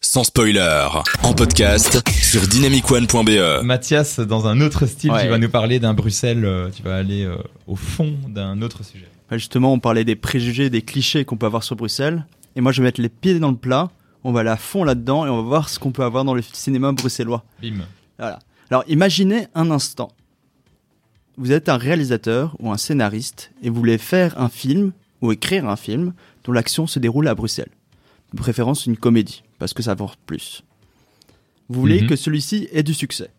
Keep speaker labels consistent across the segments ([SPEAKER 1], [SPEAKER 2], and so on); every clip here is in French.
[SPEAKER 1] sans spoiler, en podcast sur dynamicone.be.
[SPEAKER 2] Mathias, dans un autre style,
[SPEAKER 3] Ouais.
[SPEAKER 2] tu vas nous parler d'un Bruxelles, euh, tu vas aller euh, au fond d'un autre sujet.
[SPEAKER 3] Bah, Justement, on parlait des préjugés, des clichés qu'on peut avoir sur Bruxelles. Et moi, je vais mettre les pieds dans le plat. On va aller à fond là-dedans et on va voir ce qu'on peut avoir dans le cinéma bruxellois.
[SPEAKER 2] Bim.
[SPEAKER 3] Voilà. Alors, imaginez un instant. Vous êtes un réalisateur ou un scénariste et vous voulez faire un film ou écrire un film dont l'action se déroule à Bruxelles. De préférence une comédie, parce que ça apporte plus. Vous voulez
[SPEAKER 2] Mhm.
[SPEAKER 3] que celui-ci ait du succès.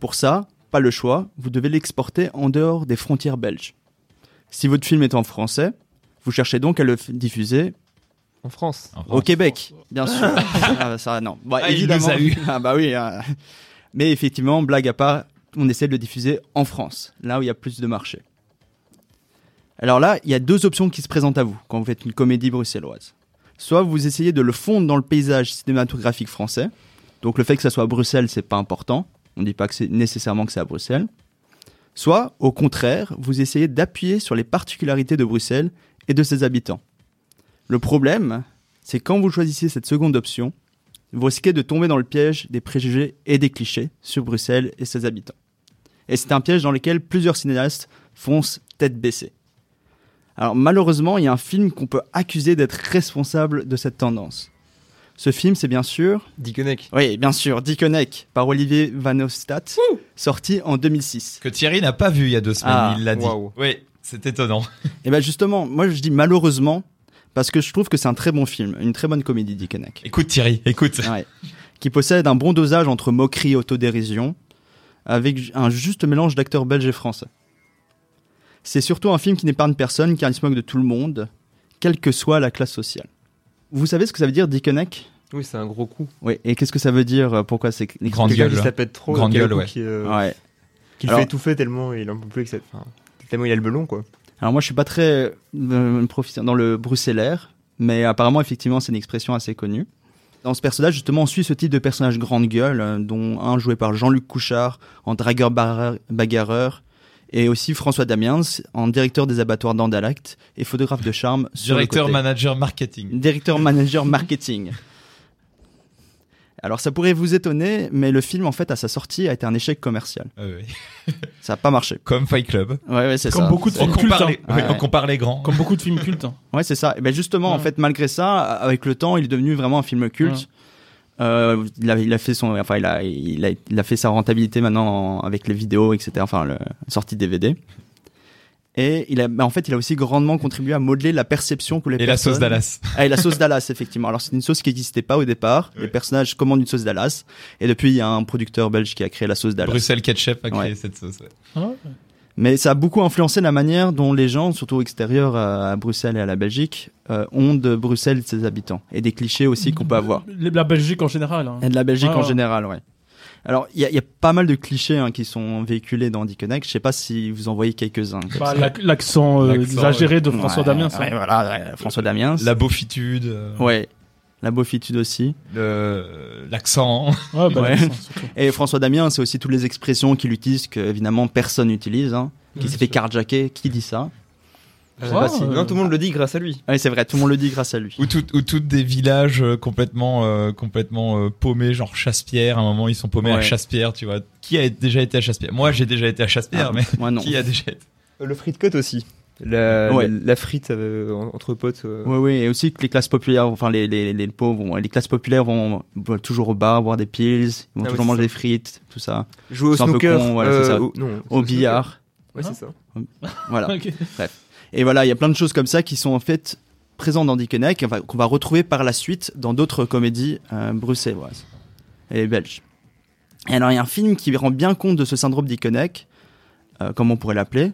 [SPEAKER 3] Pour ça, pas le choix, vous devez l'exporter en dehors des frontières belges. Si votre film est en français, vous cherchez donc à le f- diffuser
[SPEAKER 4] En France.
[SPEAKER 2] En France.
[SPEAKER 3] au Québec, bien sûr. Ah, ça, non. Bah,
[SPEAKER 2] Ah, il
[SPEAKER 3] évidemment.
[SPEAKER 2] nous a eu.
[SPEAKER 3] Ah, bah oui. hein. Mais effectivement, blague à part, on essaie de le diffuser en France, là où il y a plus de marché. Alors là, il y a deux options qui se présentent à vous quand vous faites une comédie bruxelloise. Soit vous essayez de le fondre dans le paysage cinématographique français. Donc le fait que ça soit à Bruxelles, c'est pas important. On ne dit pas que c'est nécessairement que c'est à Bruxelles. Soit, au contraire, vous essayez d'appuyer sur les particularités de Bruxelles et de ses habitants. Le problème, c'est quand vous choisissez cette seconde option, vous risquez de tomber dans le piège des préjugés et des clichés sur Bruxelles et ses habitants. Et c'est un piège dans lequel plusieurs cinéastes foncent tête baissée. Alors malheureusement, il y a un film qu'on peut accuser d'être responsable de cette tendance. Ce film, c'est bien sûr
[SPEAKER 4] Dickeneck.
[SPEAKER 3] oui, bien sûr, Dickeneck, par Olivier Van Hofstadt, sorti en 2006.
[SPEAKER 2] Que Thierry n'a pas vu il y a deux semaines,
[SPEAKER 3] Ah,
[SPEAKER 2] il l'a dit.
[SPEAKER 4] waouh.
[SPEAKER 2] Oui, c'est étonnant.
[SPEAKER 3] Et bien Eh ben, justement, moi je dis malheureusement, parce que je trouve que c'est un très bon film, une très bonne comédie, Dickeneck.
[SPEAKER 2] Écoute Thierry, écoute.
[SPEAKER 3] Ouais. Qui possède un bon dosage entre moquerie et autodérision, avec ju- un juste mélange d'acteurs belges et français. C'est surtout un film qui n'épargne personne car il se moque de tout le monde, quelle que soit la classe sociale. Vous savez ce que ça veut dire Dickeneck
[SPEAKER 4] Oui, c'est un gros coup.
[SPEAKER 3] Oui, et qu'est-ce que ça veut dire euh, Pourquoi c'est
[SPEAKER 2] Grande
[SPEAKER 4] Quelqu'un
[SPEAKER 2] gueule.
[SPEAKER 4] qui se la pète trop.
[SPEAKER 2] Grande
[SPEAKER 4] quelqu'un
[SPEAKER 2] gueule, ouais.
[SPEAKER 4] Qui, euh,
[SPEAKER 3] Ouais.
[SPEAKER 4] qui le
[SPEAKER 3] Alors-
[SPEAKER 4] fait étouffer tellement il en peut plus que ça. enfin, tellement il a le belon, quoi.
[SPEAKER 3] Alors moi, je suis pas très euh, professeur dans le bruxellaire, mais apparemment, effectivement, c'est une expression assez connue. Dans ce personnage, justement, on suit ce type de personnage grande gueule, euh, dont un joué par Jean-Luc Couchard en dragueur barra- bagarreur, et aussi François Damiens en directeur des abattoirs d'Andalact et photographe de charme. sur le
[SPEAKER 2] Directeur,
[SPEAKER 3] côté. Mm.
[SPEAKER 2] manager, marketing.
[SPEAKER 3] Directeur manager marketing. Alors ça pourrait vous étonner, mais le film, en fait, à sa sortie, a été un échec commercial.
[SPEAKER 2] Ah oui.
[SPEAKER 3] Ça n'a pas marché.
[SPEAKER 2] Comme Fight Club.
[SPEAKER 3] Ouais, ouais, c'est
[SPEAKER 5] Comme
[SPEAKER 3] ça.
[SPEAKER 5] beaucoup de
[SPEAKER 3] C'est-
[SPEAKER 2] On
[SPEAKER 5] films cultes,
[SPEAKER 2] compare,
[SPEAKER 5] hein.
[SPEAKER 2] les, ouais,
[SPEAKER 3] Ouais.
[SPEAKER 2] on compare les grands.
[SPEAKER 5] Comme beaucoup de films cultes. hein.
[SPEAKER 3] Ouais, c'est ça. Et ben justement, en
[SPEAKER 5] Ouais.
[SPEAKER 3] fait, malgré ça, a- avec le temps, il est devenu vraiment un film culte. Euh, il, a, il a fait son, enfin, il a, il a, il a fait sa rentabilité maintenant en- avec les vidéos, etc. Enfin, le, sortie DVD. Et il a, ben, en fait, il a aussi grandement contribué à modeler la perception que les
[SPEAKER 2] Et la
[SPEAKER 3] personnes.
[SPEAKER 2] sauce Dallas.
[SPEAKER 3] Ah, et la sauce Dallas, effectivement. Alors, c'est une sauce qui n'existait pas au départ. Les
[SPEAKER 2] Ouais.
[SPEAKER 3] personnages commandent une sauce Dallas. Et depuis, il y a un producteur belge qui a créé la sauce Dallas.
[SPEAKER 2] Bruxelles Ketchup a créé
[SPEAKER 3] Ouais.
[SPEAKER 2] cette sauce. ouais.
[SPEAKER 5] Hein
[SPEAKER 3] Mais ça a beaucoup influencé la manière dont les gens, surtout extérieurs à à Bruxelles et à la Belgique, euh, ont de Bruxelles et de ses habitants. Et des clichés aussi qu'on peut avoir.
[SPEAKER 5] Les- La Belgique en général. hein.
[SPEAKER 3] Et de la Belgique
[SPEAKER 5] Ouais,
[SPEAKER 3] en
[SPEAKER 5] ouais.
[SPEAKER 3] général, ouais. Alors, il y, a- il y a pas mal de clichés hein, qui sont véhiculés dans Dickeneck. Je sais pas si vous en voyez quelques-uns. comme
[SPEAKER 5] Bah,
[SPEAKER 3] ça.
[SPEAKER 5] l'ac- L'accent euh,
[SPEAKER 2] L'accent,
[SPEAKER 5] exagéré de François
[SPEAKER 3] Ouais,
[SPEAKER 5] Damien. ça.
[SPEAKER 3] ouais, voilà, ouais, François Damiens.
[SPEAKER 2] La beaufitude, euh,
[SPEAKER 3] Ouais. La beaufitude aussi.
[SPEAKER 2] le- l'accent.
[SPEAKER 5] Ouais, bah,
[SPEAKER 3] Ouais.
[SPEAKER 5] l'accent, surtout.
[SPEAKER 3] Et François Damien, c'est aussi toutes les expressions qu'il utilise que, évidemment, personne n'utilise. hein. Qui s'est fait carjacker, qui dit ça
[SPEAKER 4] Je
[SPEAKER 5] Ouais,
[SPEAKER 4] sais
[SPEAKER 3] Ah,
[SPEAKER 4] pas si-
[SPEAKER 5] euh,
[SPEAKER 4] Non, tout le monde le dit grâce à lui.
[SPEAKER 3] Oui, c'est vrai, tout le monde le dit grâce à lui.
[SPEAKER 2] Ou toutes ou toutes des villages euh, complètement euh, complètement euh, paumés, genre Chassepierre. À un moment, ils sont paumés à
[SPEAKER 3] Ouais.
[SPEAKER 2] Chassepierre, tu vois. Qui a déjà été à Chassepierre Moi, j'ai déjà été à Chassepierre,
[SPEAKER 3] Ah,
[SPEAKER 2] mais
[SPEAKER 3] Moi, non.
[SPEAKER 2] qui a déjà été
[SPEAKER 4] Euh, Le frite cut aussi. La,
[SPEAKER 3] Ouais.
[SPEAKER 4] la, la frite euh, en- entre potes. euh,
[SPEAKER 3] Oui, oui, et aussi que les classes populaires, enfin les, les, les pauvres, vont- les classes populaires vont, vont toujours au bar, boire des pills, ils vont
[SPEAKER 4] Ah oui,
[SPEAKER 3] toujours
[SPEAKER 4] c'est
[SPEAKER 3] manger
[SPEAKER 4] ça.
[SPEAKER 3] des frites, tout ça,
[SPEAKER 4] Jouer au
[SPEAKER 3] C'est un peu
[SPEAKER 4] snooker.
[SPEAKER 3] con, voilà, c'est ça.
[SPEAKER 4] au- non,
[SPEAKER 3] au
[SPEAKER 4] au
[SPEAKER 3] billard,
[SPEAKER 4] snooker. Ouais, c'est ça.
[SPEAKER 3] voilà.
[SPEAKER 5] Ok.
[SPEAKER 3] Et voilà, il y a plein de choses comme ça qui sont en fait présentes dans Dickeneck, enfin, qu'on va retrouver par la suite dans d'autres comédies euh, bruxelloises et belges. Et alors, il y a un film qui rend bien compte de ce syndrome Dickeneck, euh, comme on pourrait l'appeler,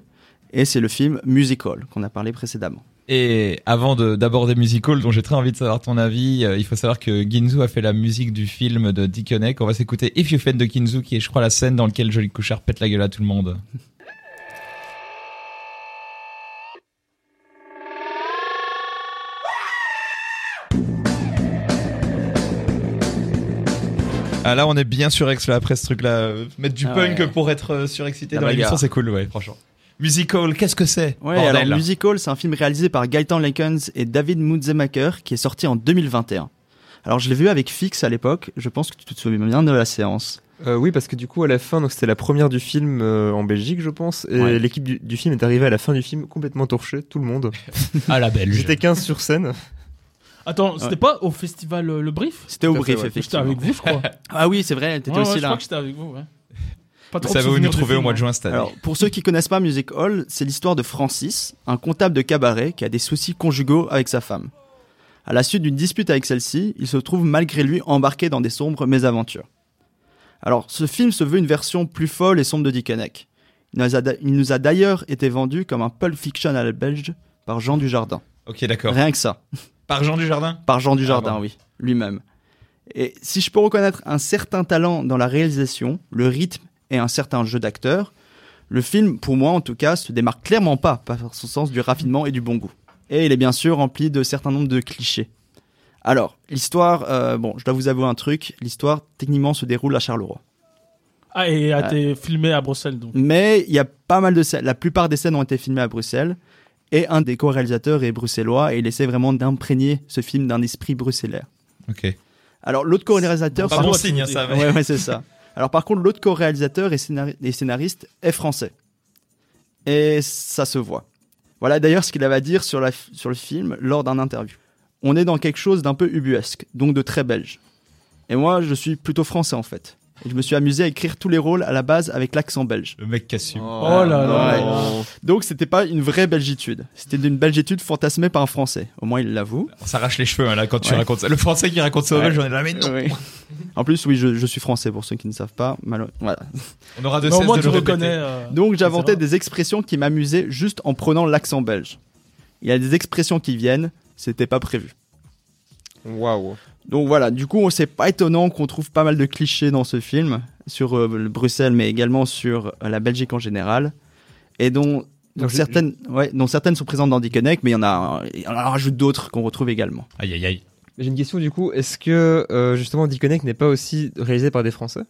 [SPEAKER 3] et c'est le film Musical, qu'on a parlé précédemment.
[SPEAKER 2] Et avant de- d'aborder Musical, dont j'ai très envie de savoir ton avis, euh, il faut savoir que Ginzu a fait la musique du film de Dickeneck. On va s'écouter If You Fan de Ginzu, qui est, je crois, la scène dans laquelle Jolie Couchard pète la gueule à tout le monde. Ah là, on est bien surexcité là, après ce truc-là. Euh, Mettre du
[SPEAKER 3] Ah
[SPEAKER 2] punk
[SPEAKER 3] ouais.
[SPEAKER 2] pour être euh, surexcité
[SPEAKER 3] La
[SPEAKER 2] dans l'émission,
[SPEAKER 3] bagarre.
[SPEAKER 2] c'est cool, ouais, franchement. Musical, qu'est-ce que c'est
[SPEAKER 3] Ouais,
[SPEAKER 2] bordel
[SPEAKER 3] alors Musical, c'est un film réalisé par Gaëtan Lenkens et David Munzemacher qui est sorti en 2021. Alors je l'ai vu avec Fix à l'époque, je pense que tu te souviens bien de la séance.
[SPEAKER 4] Euh, oui, parce que du coup, à la fin, donc c'était la première du film euh, en Belgique, je pense, et
[SPEAKER 3] Ouais.
[SPEAKER 4] l'équipe du, du film est arrivée à la fin du film complètement torchée, tout le monde.
[SPEAKER 2] À la belge.
[SPEAKER 4] J'étais 15 sur scène.
[SPEAKER 5] Attends, c'était
[SPEAKER 3] Ouais.
[SPEAKER 5] pas au festival euh, Le Brief
[SPEAKER 3] C'était au
[SPEAKER 4] Tout à fait,
[SPEAKER 3] brief,
[SPEAKER 4] ouais.
[SPEAKER 5] J'étais
[SPEAKER 3] effectivement.
[SPEAKER 5] avec vous, je crois.
[SPEAKER 3] Ah oui, c'est vrai, t'étais
[SPEAKER 5] Ouais, ouais,
[SPEAKER 3] aussi
[SPEAKER 5] Je crois
[SPEAKER 3] là.
[SPEAKER 5] que j'étais avec vous, ouais. Pas
[SPEAKER 2] Vous
[SPEAKER 5] trop de
[SPEAKER 2] savez où nous
[SPEAKER 5] souvenirs du
[SPEAKER 2] trouver au
[SPEAKER 5] film,
[SPEAKER 2] mois de
[SPEAKER 5] hein.
[SPEAKER 2] juin cette année.
[SPEAKER 3] Alors, pour ceux qui connaissent pas Music Hall, c'est l'histoire de Francis, un comptable de cabaret qui a des soucis conjugaux avec sa femme. À la suite d'une dispute avec celle-ci, il se trouve malgré lui embarqué dans des sombres mésaventures. Alors, ce film se veut une version plus folle et sombre de Dick Henneck. Il nous a d'a- il nous a d'ailleurs été vendu comme un Pulp Fiction à la belge par Jean Dujardin.
[SPEAKER 2] Ok, d'accord.
[SPEAKER 3] Rien que ça.
[SPEAKER 2] Par Jean Dujardin
[SPEAKER 3] Par Jean Dujardin,
[SPEAKER 2] Ah bon.
[SPEAKER 3] oui, lui-même. Et si je peux reconnaître un certain talent dans la réalisation, le rythme et un certain jeu d'acteur, le film, pour moi en tout cas, se démarque clairement pas par son sens du raffinement et du bon goût. Et il est bien sûr rempli de certains nombres de clichés. Alors, l'histoire, euh, bon, je dois vous avouer un truc, l'histoire techniquement se déroule à Charleroi.
[SPEAKER 5] Ah, et a
[SPEAKER 3] Ah.
[SPEAKER 5] été filmé à Bruxelles, donc.
[SPEAKER 3] Mais il y a pas mal de scènes, la plupart des scènes ont été filmées à Bruxelles, et un des co-réalisateurs est bruxellois et il essaie vraiment d'imprégner ce film d'un esprit bruxellaire.
[SPEAKER 2] Ok.
[SPEAKER 3] Alors, l'autre co-réalisateur,
[SPEAKER 2] Pas
[SPEAKER 5] Charlotte,
[SPEAKER 2] bon
[SPEAKER 5] tu
[SPEAKER 2] signe,
[SPEAKER 5] veux
[SPEAKER 2] hein,
[SPEAKER 5] dire.
[SPEAKER 2] ça. mais-
[SPEAKER 3] Ouais, ouais, c'est ça. Alors par contre, l'autre co-réalisateur et, scénari- et scénariste est français. Et ça se voit. Voilà d'ailleurs ce qu'il avait à dire sur, la f- sur le film lors d'un interview. On est dans quelque chose d'un peu ubuesque, donc de très belge. Et moi, je suis plutôt français en fait. Et je me suis amusé à écrire tous les rôles à la base avec l'accent belge.
[SPEAKER 2] Le mec qui assume.
[SPEAKER 5] Oh là là.
[SPEAKER 3] Donc c'était pas une vraie belgitude. C'était une belgitude fantasmée par un français. Au moins, il l'avoue.
[SPEAKER 2] On s'arrache les cheveux hein, là quand tu
[SPEAKER 3] Ouais.
[SPEAKER 2] racontes ça. Le français qui raconte ça au
[SPEAKER 3] Ouais. Euh,
[SPEAKER 2] belge, on est là, mais non.
[SPEAKER 3] Oui. En plus, oui, je, je suis français pour ceux qui ne savent pas. Malo- voilà.
[SPEAKER 2] On aura de
[SPEAKER 5] Mais
[SPEAKER 2] cesse
[SPEAKER 5] au moins,
[SPEAKER 2] de
[SPEAKER 5] tu
[SPEAKER 2] le répéter.
[SPEAKER 5] reconnais. euh,
[SPEAKER 3] Donc
[SPEAKER 5] c'est
[SPEAKER 3] j'inventais
[SPEAKER 5] vrai.
[SPEAKER 3] des expressions qui m'amusaient juste en prenant l'accent belge. Il y a des expressions qui viennent, c'était pas prévu.
[SPEAKER 4] Waouh.
[SPEAKER 3] Donc voilà, du coup, c'est pas étonnant qu'on trouve pas mal de clichés dans ce film, sur euh, le Bruxelles, mais également sur euh, la Belgique en général, et dont, dont
[SPEAKER 4] Donc, j'ai-
[SPEAKER 3] certaines, ouais, dont certaines sont présentes dans Dick Connect, mais il y en a, euh, il y en a- rajoute d'autres qu'on retrouve également.
[SPEAKER 2] Aïe aïe aïe.
[SPEAKER 4] J'ai une question du coup, est-ce que euh, justement Disconnect n'est pas aussi réalisé par des Français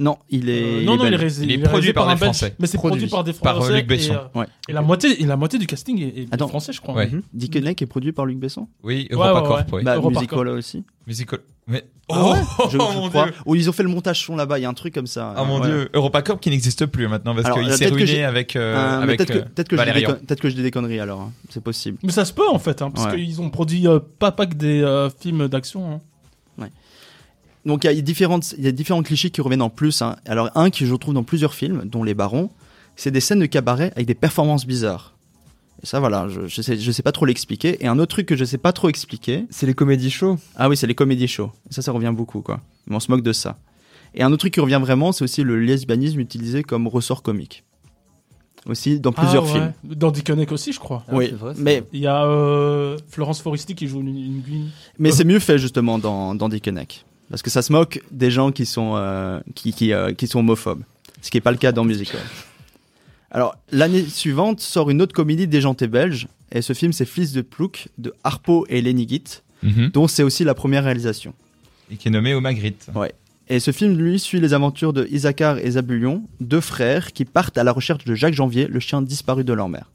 [SPEAKER 3] Non, il est.
[SPEAKER 5] Euh, non, non, il est,
[SPEAKER 3] belge.
[SPEAKER 5] réalisé-
[SPEAKER 2] Il est
[SPEAKER 5] réalisé
[SPEAKER 2] produit par
[SPEAKER 5] un
[SPEAKER 2] des
[SPEAKER 5] Belge,
[SPEAKER 2] Français.
[SPEAKER 5] Mais c'est produit
[SPEAKER 4] Produit.
[SPEAKER 5] par des Français.
[SPEAKER 2] Par, euh, Luc Besson.
[SPEAKER 5] Et, euh,
[SPEAKER 3] Ouais.
[SPEAKER 5] et la, moitié, et la moitié du casting est, est
[SPEAKER 3] Attends.
[SPEAKER 5] français, je crois.
[SPEAKER 2] Ouais.
[SPEAKER 3] Dick Connect est produit par Luc Besson
[SPEAKER 2] Oui,
[SPEAKER 5] Ouais,
[SPEAKER 2] Europa
[SPEAKER 5] ouais,
[SPEAKER 2] Corp, ouais.
[SPEAKER 3] Bah,
[SPEAKER 5] Europark.
[SPEAKER 3] Music Hall aussi.
[SPEAKER 2] Musical. Mais.
[SPEAKER 3] Ah
[SPEAKER 2] Oh,
[SPEAKER 3] ouais je, je
[SPEAKER 2] mon
[SPEAKER 3] crois.
[SPEAKER 2] dieu.
[SPEAKER 3] Ou ils ont fait le montage son là-bas, il y a un truc comme ça.
[SPEAKER 2] Ah mon
[SPEAKER 3] Ouais.
[SPEAKER 2] dieu, Europa Corp qui n'existe plus maintenant parce
[SPEAKER 3] Alors,
[SPEAKER 2] qu'il
[SPEAKER 3] euh,
[SPEAKER 2] s'est
[SPEAKER 3] peut-être que
[SPEAKER 2] ruiné
[SPEAKER 3] j'ai-
[SPEAKER 2] avec. euh,
[SPEAKER 3] Euh, mais
[SPEAKER 2] avec,
[SPEAKER 3] peut-être que,
[SPEAKER 2] euh,
[SPEAKER 3] peut-être que je dis des
[SPEAKER 2] Valérian.
[SPEAKER 3] con- peut-être que je dis des conneries alors, hein. c'est possible.
[SPEAKER 5] Mais ça se peut, en fait, hein, parce
[SPEAKER 3] Ouais.
[SPEAKER 5] qu'ils ont produit euh, pas, pas que des euh, films d'action. hein.
[SPEAKER 3] Donc il y, a différentes- il y a différents clichés qui reviennent en plus. hein. Alors un qui je trouve dans plusieurs films, dont Les Barons, c'est des scènes de cabaret avec des performances bizarres. Et ça voilà, je, je sais, je sais pas trop l'expliquer. Et un autre truc que je sais pas trop expliquer,
[SPEAKER 4] C'est les comédies shows.
[SPEAKER 3] ah oui c'est les comédies shows. Ça ça revient beaucoup quoi. Mais on se moque de ça. Et un autre truc qui revient vraiment, c'est aussi le lesbianisme utilisé comme ressort comique. Aussi dans plusieurs
[SPEAKER 5] Ah, ouais.
[SPEAKER 3] films.
[SPEAKER 5] Dans Diconnect aussi, je crois.
[SPEAKER 4] Ah,
[SPEAKER 3] oui,
[SPEAKER 4] c'est vrai, ça.
[SPEAKER 3] mais,
[SPEAKER 5] Il y a euh, Florence Foresti qui joue une, une guine.
[SPEAKER 3] mais c'est mieux fait justement dans, dans Dickeneck. Parce que ça se moque des gens qui sont, euh, qui, qui, euh, qui sont homophobes. Ce qui n'est pas le cas dans Music Hall. Alors, l'année suivante sort une autre comédie déjantée belge. Et ce film, c'est Fils de Plouc de Harpo et Lenny Gitt,
[SPEAKER 2] Mhm.
[SPEAKER 3] dont c'est aussi la première réalisation.
[SPEAKER 2] Et qui est nommé au Magritte.
[SPEAKER 3] Et ce film, lui, suit les aventures de Isaacar et Zabulon, deux frères qui partent à la recherche de Jacques Janvier, le chien disparu de leur mère.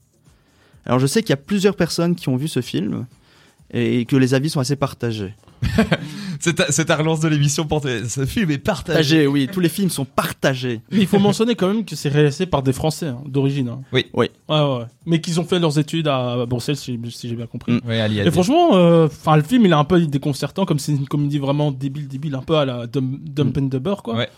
[SPEAKER 3] Alors je sais qu'il y a plusieurs personnes qui ont vu ce film et que les avis sont assez partagés.
[SPEAKER 2] C'est ta, c'est ta relance de l'émission pour tes- ce film est partagé.
[SPEAKER 3] Partagés, oui, tous les films sont partagés.
[SPEAKER 5] Mais il faut mentionner quand même que c'est réalisé par des Français hein, d'origine. hein.
[SPEAKER 2] Oui.
[SPEAKER 3] Oui.
[SPEAKER 5] Ouais, ouais, ouais. Mais qu'ils ont fait leurs études à Bruxelles, si, si j'ai bien compris.
[SPEAKER 3] Mm.
[SPEAKER 2] Ouais, Ali a
[SPEAKER 5] Et
[SPEAKER 2] dit.
[SPEAKER 5] franchement, euh, enfin le film il est un peu déconcertant, comme c'est une comédie vraiment débile, débile, un peu à la Dumb, Dumb and Dumber quoi.
[SPEAKER 2] Ouais.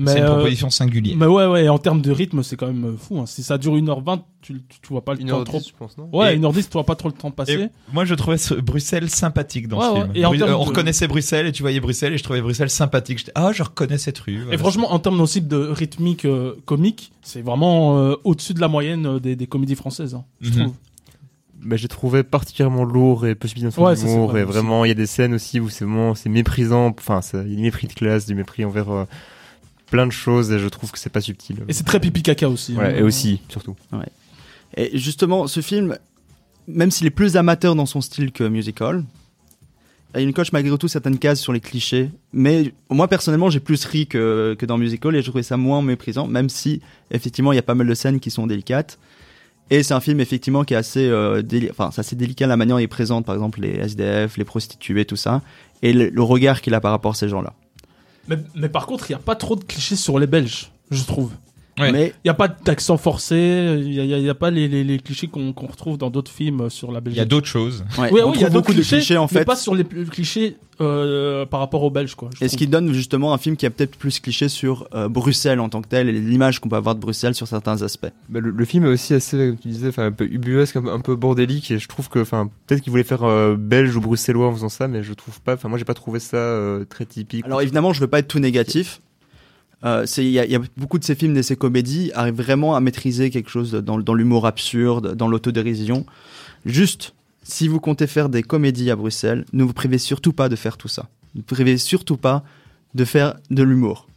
[SPEAKER 5] Mais,
[SPEAKER 2] c'est une
[SPEAKER 5] euh,
[SPEAKER 2] proposition singulière.
[SPEAKER 5] mais ouais, ouais, et en termes de rythme, c'est quand même euh, fou. hein. Si ça dure 1h20, tu, tu, tu vois pas le temps trop.
[SPEAKER 4] je pense, non
[SPEAKER 5] Ouais,
[SPEAKER 2] Et-
[SPEAKER 5] 1h10, tu vois pas trop le temps passer.
[SPEAKER 2] Et moi, je trouvais ce Bruxelles sympathique dans
[SPEAKER 5] Ouais,
[SPEAKER 2] ce
[SPEAKER 5] ouais.
[SPEAKER 2] film.
[SPEAKER 5] Et en
[SPEAKER 2] Bru-
[SPEAKER 5] termes
[SPEAKER 2] euh, on
[SPEAKER 5] de-
[SPEAKER 2] reconnaissait Bruxelles et tu voyais Bruxelles et je trouvais Bruxelles sympathique. J'étais, ah, je reconnais cette rue.
[SPEAKER 5] Et
[SPEAKER 2] Voilà.
[SPEAKER 5] franchement, en termes aussi de rythmique euh, comique, c'est vraiment euh, au-dessus de la moyenne euh, des, des comédies françaises, hein, je
[SPEAKER 2] Mhm.
[SPEAKER 5] trouve.
[SPEAKER 4] Mais bah, j'ai trouvé particulièrement lourd et peu suffisant
[SPEAKER 5] Ouais,
[SPEAKER 4] ouais,
[SPEAKER 5] ça, c'est
[SPEAKER 4] d'humour.
[SPEAKER 5] vrai
[SPEAKER 4] Et
[SPEAKER 5] aussi.
[SPEAKER 4] vraiment, il y a des scènes aussi où c'est vraiment- c'est méprisant. Enfin, ça- il y a du mépris de classe, du mépris envers euh, plein de choses. Et je trouve que c'est pas subtil.
[SPEAKER 5] Et c'est très pipi caca aussi.
[SPEAKER 4] Voilà,
[SPEAKER 5] hein.
[SPEAKER 4] et aussi, surtout.
[SPEAKER 3] Et justement, ce film, même s'il est plus amateur dans son style que musical, il y a une coche malgré tout certaines cases sur les clichés. Mais moi personnellement, j'ai plus ri que, que dans musical et je trouvais ça moins méprisant, même si effectivement il y a pas mal de scènes qui sont délicates. Et c'est un film effectivement qui est assez, euh, déli- enfin, c'est assez délicat la manière dont il présente, par exemple, les SDF, les prostituées, tout ça, et le, le regard qu'il a par rapport à ces gens-là.
[SPEAKER 5] Mais, mais par contre, il n'y a pas trop de clichés sur les Belges, je trouve.
[SPEAKER 2] Ouais.
[SPEAKER 3] Mais
[SPEAKER 5] Il n'y a pas d'accent forcé, il n'y a, il y a- il y a pas les, les- les clichés qu'on qu'on retrouve dans d'autres films euh, sur
[SPEAKER 2] Il y
[SPEAKER 5] la
[SPEAKER 2] a
[SPEAKER 5] Belgique.
[SPEAKER 2] d'autres choses.
[SPEAKER 3] ouais,
[SPEAKER 5] Ouais,
[SPEAKER 3] on
[SPEAKER 5] ouais, il
[SPEAKER 3] trouve beaucoup de clichés en
[SPEAKER 5] Mais
[SPEAKER 3] fait.
[SPEAKER 5] pas sur les plus- clichés euh, par rapport aux Belges, quoi. je
[SPEAKER 3] Et ce
[SPEAKER 5] trouve.
[SPEAKER 3] qui donne justement un film qui a peut-être plus cliché sur euh, Bruxelles en tant que tel et l'image qu'on peut avoir de Bruxelles sur certains aspects.
[SPEAKER 4] Bah, le, le film est aussi assez, comme tu disais, enfin, un peu ubuesque, un, peu- un peu bordélique, et je trouve que, enfin, peut-être qu'ils voulaient faire euh, belge ou bruxellois en faisant ça, mais je trouve pas, enfin, moi j'ai pas trouvé ça euh, très typique.
[SPEAKER 3] Alors évidemment, je veux pas être tout négatif. Euh, c'est- Il y, a- il y a beaucoup de ces films, de ces comédies, arrivent vraiment à maîtriser quelque chose dans, dans l'humour absurde, dans l'autodérision. Juste, si vous comptez faire des comédies à Bruxelles, ne vous privez surtout pas de faire tout ça. Ne vous privez surtout pas de faire de l'humour,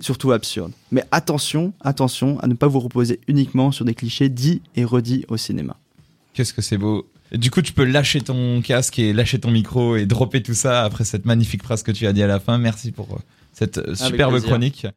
[SPEAKER 3] surtout absurde. Mais attention, attention à ne pas vous reposer uniquement sur des clichés dits et redits au cinéma.
[SPEAKER 2] Qu'est-ce que c'est beau. Du coup, tu peux lâcher ton casque et lâcher ton micro et dropper tout ça après cette magnifique phrase que tu as dit à la fin. Merci pour euh, cette euh, superbe
[SPEAKER 3] plaisir.
[SPEAKER 2] chronique.